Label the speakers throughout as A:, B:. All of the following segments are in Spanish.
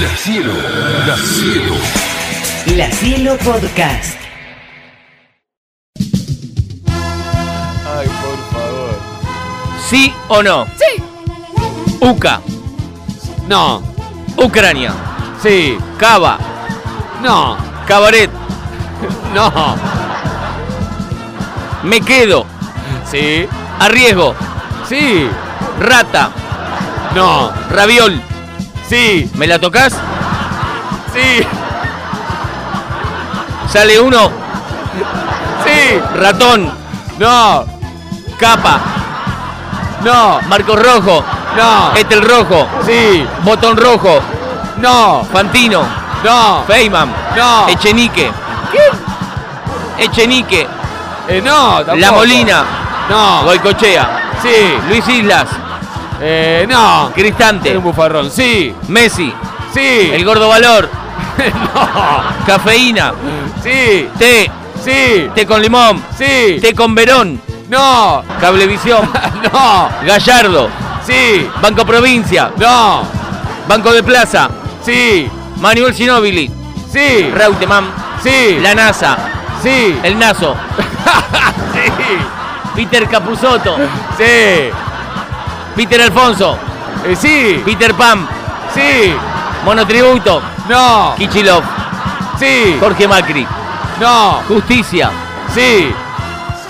A: La cielo, la cielo.
B: La Cielo Podcast.
C: Ay, por favor.
D: ¿Sí o no? Sí. UCA,
C: No,
D: Ucrania,
C: sí,
D: Cava,
C: no,
D: Cabaret,
C: no,
D: Me Quedo,
C: sí,
D: Arriesgo,
C: sí,
D: Rata,
C: no,
D: Raviol.
C: sí,
D: ¿Me la tocas?
C: sí,
D: Sale uno,
C: sí,
D: Ratón,
C: no,
D: Capa,
C: no,
D: Marco Rojo,
C: no,
D: Etel Rojo,
C: sí,
D: Botón Rojo,
C: no,
D: Fantino,
C: no,
D: Feynman,
C: no,
D: Echenique. Echenique,
C: eh, no, tampoco.
D: La Molina,
C: no,
D: Goicochea,
C: sí,
D: Luis Islas,
C: eh, no, Era
D: Cristante,
C: un bufarrón, sí,
D: Messi,
C: sí,
D: El Gordo Valor,
C: no,
D: Cafeína,
C: sí,
D: Té,
C: sí,
D: Té con Limón,
C: sí,
D: Té con Verón,
C: no,
D: Cablevisión,
C: no,
D: Gallardo,
C: sí,
D: Banco Provincia,
C: no,
D: Banco de Plaza,
C: sí,
D: Manuel Ginóbili,
C: sí,
D: Reutemann,
C: sí,
D: La NASA,
C: sí,
D: El Nazo,
C: sí.
D: Peter Capusotto,
C: Sí, eh,
D: Peter Alfonso,
C: sí,
D: Peter Pan,
C: sí,
D: Monotributo,
C: no,
D: Kichilov,
C: sí,
D: Jorge Macri,
C: no,
D: Justicia,
C: sí,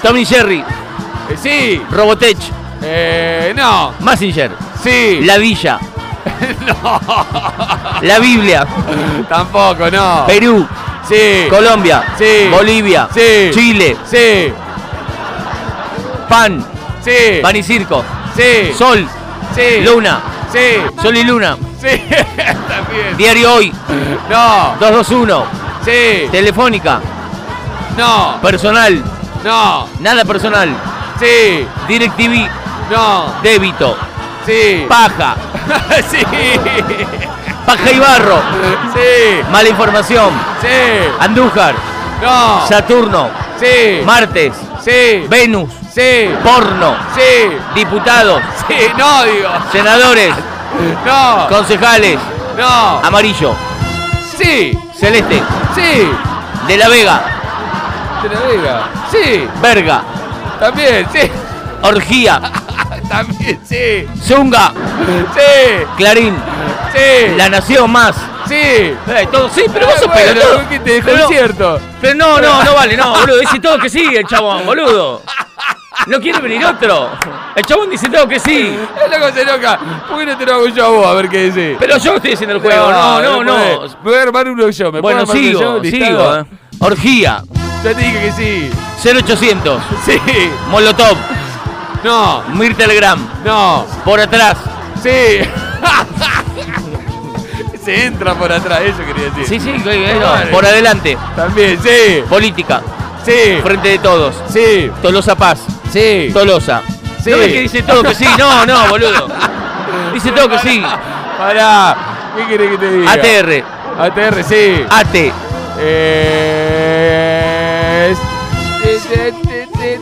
D: Tommy Jerry,
C: eh, sí,
D: Robotech,
C: eh, no,
D: Massinger,
C: sí,
D: La Villa, La Biblia,
C: tampoco, no,
D: Perú,
C: sí,
D: Colombia,
C: Sí.
D: Bolivia,
C: Sí.
D: Chile,
C: sí,
D: Pan,
C: sí,
D: Pan y Circo,
C: sí,
D: Sol,
C: sí,
D: Luna,
C: sí,
D: Sol y Luna,
C: sí, también,
D: Diario Hoy,
C: no,
D: 221,
C: sí,
D: Telefónica,
C: no,
D: Personal,
C: no,
D: Nada Personal,
C: sí,
D: DirecTV,
C: no,
D: Débito,
C: sí,
D: Paja,
C: sí,
D: Paja y Barro,
C: sí,
D: Mala Información,
C: sí,
D: Andújar,
C: no,
D: Saturno,
C: sí,
D: Martes,
C: sí,
D: Venus,
C: sí,
D: Porno,
C: sí,
D: Diputados,
C: Sí, no, digo.
D: Senadores,
C: No,
D: Concejales,
C: no.
D: Amarillo,
C: Sí,
D: Celeste,
C: sí.
D: De la Vega,
C: Te lo digo. Sí,
D: Verga,
C: también, sí.
D: Orgía,
C: También, sí.
D: Zunga,
C: Sí,
D: Clarín,
C: sí.
D: La Nación Más.
C: Sí.
D: Eh, todo- sí, pero vos sos
C: Bueno,
D: pelotudo.
C: ¿qué te dejó
D: Pero no-
C: cierto?
D: Pero no, no, no vale, no, boludo. Dice todo que sí, el chabón, boludo. No quiere venir otro. El chabón dice todo que sí.
C: El loco se enoja. ¿Por qué no te lo hago yo a vos a ver qué decís?
D: Pero yo estoy haciendo el juego. No, no, no.
C: podés. Voy a armar uno yo. ¿Me
D: Bueno,
C: puedo armar uno
D: sigo,
C: yo,
D: sigo.
C: listado?
D: eh. Orgía,
C: Ya te dije que sí.
D: 0800,
C: Sí.
D: Molotov,
C: No,
D: Mirta Legram,
C: no.
D: por atrás.
C: Sí. se entra por atrás, eso quería decir.
D: Sí, sí, eh, no, por adelante.
C: También, sí.
D: Política,
C: Sí.
D: frente de todos.
C: Sí.
D: Tolosa Paz,
C: Sí.
D: Tolosa.
C: Sí.
D: ¿No ves que dice todo que sí? No, no, boludo. Dice todo que sí.
C: Pará. ¿Qué querés que te diga?
D: ATR,
C: ATR, sí.
D: AT,
C: Eh, es- es- es- es-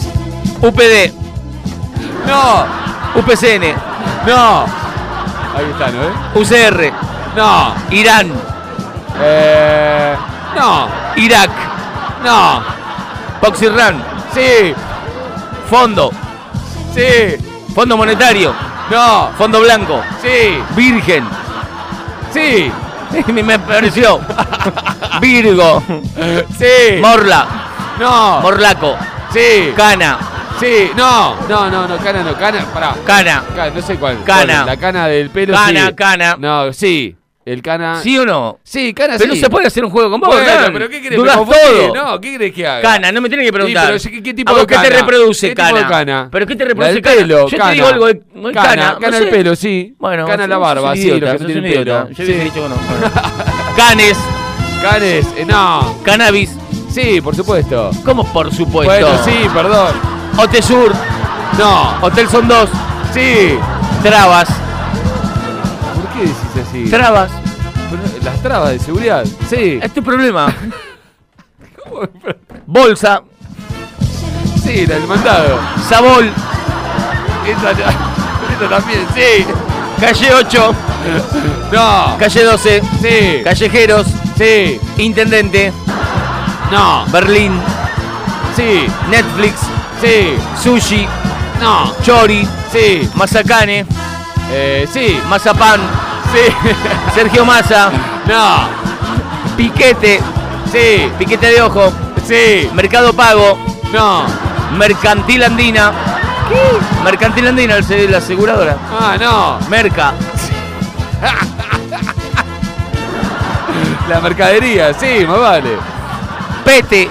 C: Sí.
D: UPD,
C: No.
D: UPCN,
C: No. Ahí está, ¿no? eh?
D: UCR,
C: No.
D: Irán,
C: Eh, no.
D: Irak,
C: No.
D: Poxirran,
C: Sí.
D: Fondo,
C: Sí.
D: Fondo Monetario,
C: No.
D: Fondo Blanco,
C: Sí.
D: Virgen.
C: Sí.
D: Me me pareció. Virgo,
C: Sí.
D: Morla,
C: No.
D: Morlaco,
C: Sí.
D: Cana,
C: Sí. No. No, no, no. Cana, no. Cana. Pará.
D: Cana.
C: Ca- No sé cuál.
D: Cana.
C: cuál es, La cana del pelo.
D: Cana,
C: sí.
D: cana.
C: No, sí. El cana.
D: ¿Sí o no?
C: Sí, cana
D: Pero no
C: sí.
D: se puede hacer un juego con vos,
C: Bueno,
D: Dan.
C: pero ¿qué querés?
D: Dudás
C: ¿Me confundís?
D: todo.
C: No, ¿qué querés que haga?
D: Cana, no me tenés que preguntar.
C: Sí, pero ¿qué- qué tipo
D: ¿A vos
C: de
D: qué te
C: cana?
D: reproduce
C: ¿Qué tipo
D: cana?
C: de cana?
D: ¿Pero qué te
C: La
D: reproduce
C: del
D: cana?
C: pelo,
D: Yo
C: cana.
D: te digo algo de no,
C: Cana, cana
D: no
C: el
D: sé.
C: pelo, sí.
D: Bueno,
C: Cana
D: sos-
C: la barba,
D: sos
C: sí,
D: idiota,
C: los que
D: sos
C: tienen
D: un idiota.
C: pelo.
D: Yo hubiese
C: Sí.
D: dicho que no. Canes,
C: Canes, eh, no.
D: cannabis,
C: Sí, por supuesto.
D: ¿cómo por supuesto?
C: Bueno, sí, perdón.
D: Hotel Sur,
C: No.
D: Hotel Son 2,
C: Sí.
D: Trabas,
C: ¿Por qué decís así?
D: Trabas.
C: Pero, eh, Las trabas de seguridad. Sí.
D: Es tu problema. Bolsa,
C: Sí, la del mandado.
D: Sabol,
C: Esa, esa también, sí.
D: Calle 8,
C: No.
D: calle 12,
C: Sí.
D: callejeros,
C: Sí.
D: intendente,
C: No.
D: Berlín,
C: Sí.
D: Netflix,
C: Sí.
D: sushi,
C: No.
D: chori,
C: Sí.
D: mazacane,
C: Eh, sí.
D: mazapán,
C: Sí.
D: Sergio Massa,
C: No.
D: piquete,
C: Sí.
D: piquete de ojo,
C: Sí.
D: mercado pago,
C: No.
D: mercantil andina. Mercantil andina, el- la aseguradora.
C: Ah, no.
D: Merca,
C: La mercadería. Sí, más vale.
D: pete,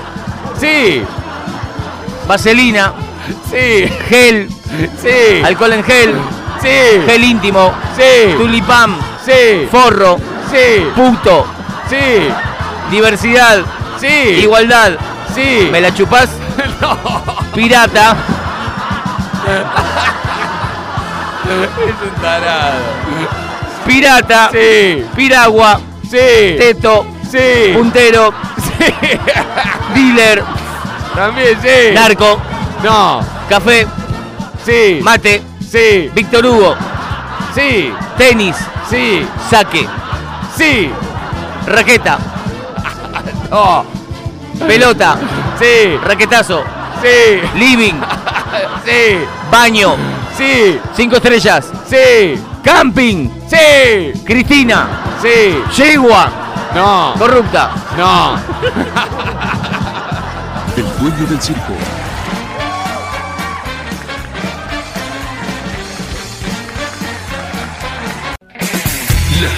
C: Sí.
D: vaselina,
C: Sí.
D: gel,
C: Sí.
D: alcohol en gel,
C: Sí.
D: gel íntimo,
C: Sí.
D: tulipán,
C: Sí.
D: forro,
C: Sí.
D: puto,
C: Sí.
D: diversidad,
C: Sí.
D: igualdad.
C: Sí.
D: ¿Me la chupás? Pirata,
C: Es un tarado.
D: pirata,
C: Sí.
D: piragua,
C: Sí.
D: teto,
C: Sí.
D: puntero, dealer,
C: También sí.
D: narco,
C: No.
D: café,
C: Sí.
D: mate,
C: Sí.
D: Víctor Hugo,
C: Sí.
D: tenis,
C: Sí.
D: saque,
C: Sí.
D: raqueta,
C: No.
D: pelota,
C: Sí.
D: raquetazo,
C: Sí.
D: living,
C: Sí.
D: baño,
C: Sí.
D: cinco estrellas,
C: Sí.
D: camping,
C: Sí.
D: Cristina,
C: Sí.
D: yegua,
C: No.
D: corrupta,
C: No.
A: El dueño del circo. La